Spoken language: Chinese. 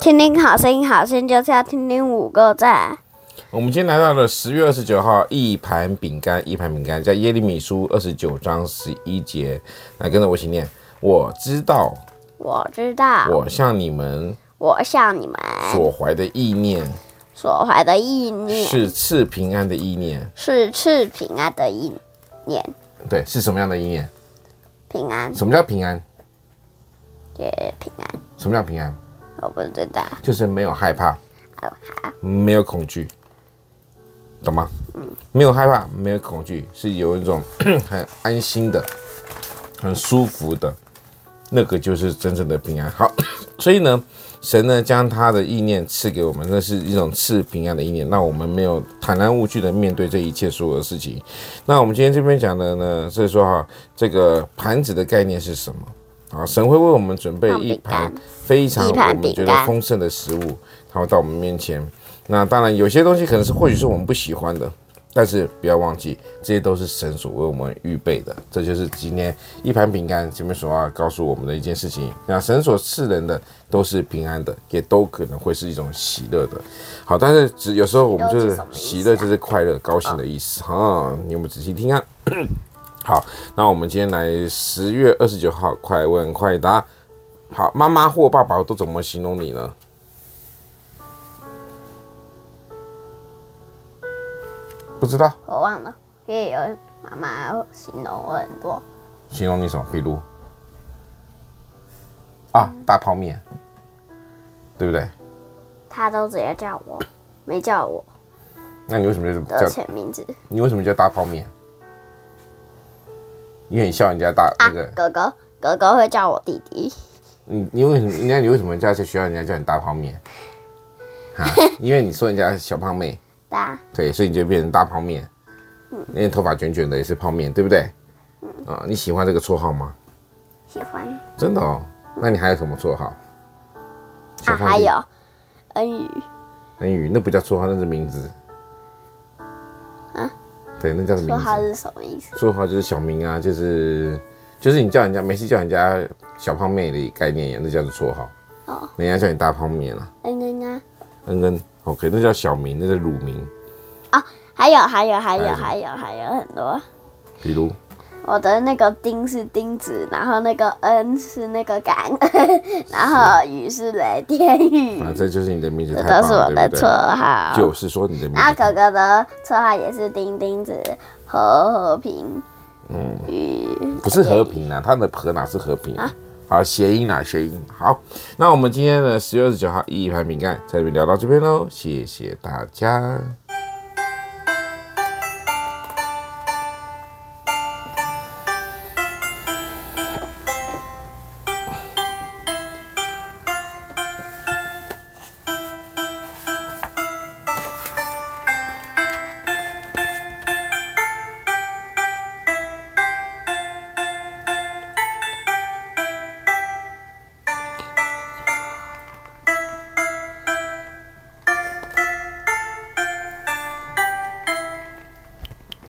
听听好声音，好声音就是要听听五个赞。我们今天来到了十月二十九号，一盘饼干，一盘饼干，在耶利米书二十九章十一节，来跟着我一起念。我知道我知道，我向你们我向你们所怀的意念所怀的意念是赐平安的意念，是赐平安的意念，对，是什么样的意念？平安什么叫平安？也平安。什么叫平安？我不知道，就是没有害怕，好好没有恐惧，懂吗？没有害怕，没有恐惧，是有一种 很安心的、很舒服的，那个就是真正的平安。好， 所以呢，神呢将他的意念赐给我们，那是一种赐平安的意念，让我们没有坦然无惧的面对这一切所有的事情。那我们今天这边讲的呢，是说哈，这个盘子的概念是什么？啊，神会为我们准备放一饼盘干非常一我盘们饼觉得干丰盛的食物，它会到我们面前。那当然，有些东西可能是或许是我们不喜欢的，但是不要忘记，这些都是神所为我们预备的。这就是今天一盘饼干前面所要告诉我们的一件事情。那神所赐人的都是平安的，也都可能会是一种喜乐的。好，但是只有时候我们就是喜乐，就是快乐、高兴的意思哈、你们仔细听啊。好，那我们今天来十月二十九号，快问快答。好，妈妈或爸爸都怎么形容你呢？不知道，我忘了，因为有妈妈形容我很多，形容你什么？比如啊，大泡面，对不对？她都直接叫我，没叫我那你为什么的叫叫全名字你为什么叫大泡面？因为你笑人家大啊那个，，哥哥哥哥会叫我弟弟，你你为什么？人家你为什么叫在学校人家叫你大泡面？ 啊，因为你说人家小胖妹。对啊，对，所以你就变成大泡面，因为头发卷卷的也是泡面，对不对？嗯啊、你喜欢这个绰号吗？喜欢啊真的哦，那你还有什么绰号？小啊，胖还弟有恩宇，恩宇，那不叫绰号，那是名字。啊？对，那叫什么说名他字？是什么意思？绰号就是小名啊，就是就是你叫人家没事叫人家小胖妹的概念一样，那叫做绰号。哦，人家叫你大泡面了、恩恩啊，恩恩，OK，那叫嗯小名，那叫乳名，还有还有还有还还有还有很多。比如我的那个丁是钉子，然后那个恩是那个感恩， 然后雨是雷电雨，啊，这就是你的名字嗯这太棒都是我了，对的啊不对？绰号。就是说你的名字然后太棒哥了。哥的绰号也是丁丁子，和和平，嗯，雨不是和平啊，它的和哪是和平啊？好，谐音啊，谐音。好，那我们今天的十月二十九号一盘饼干在这边聊到这边喽，谢谢大家。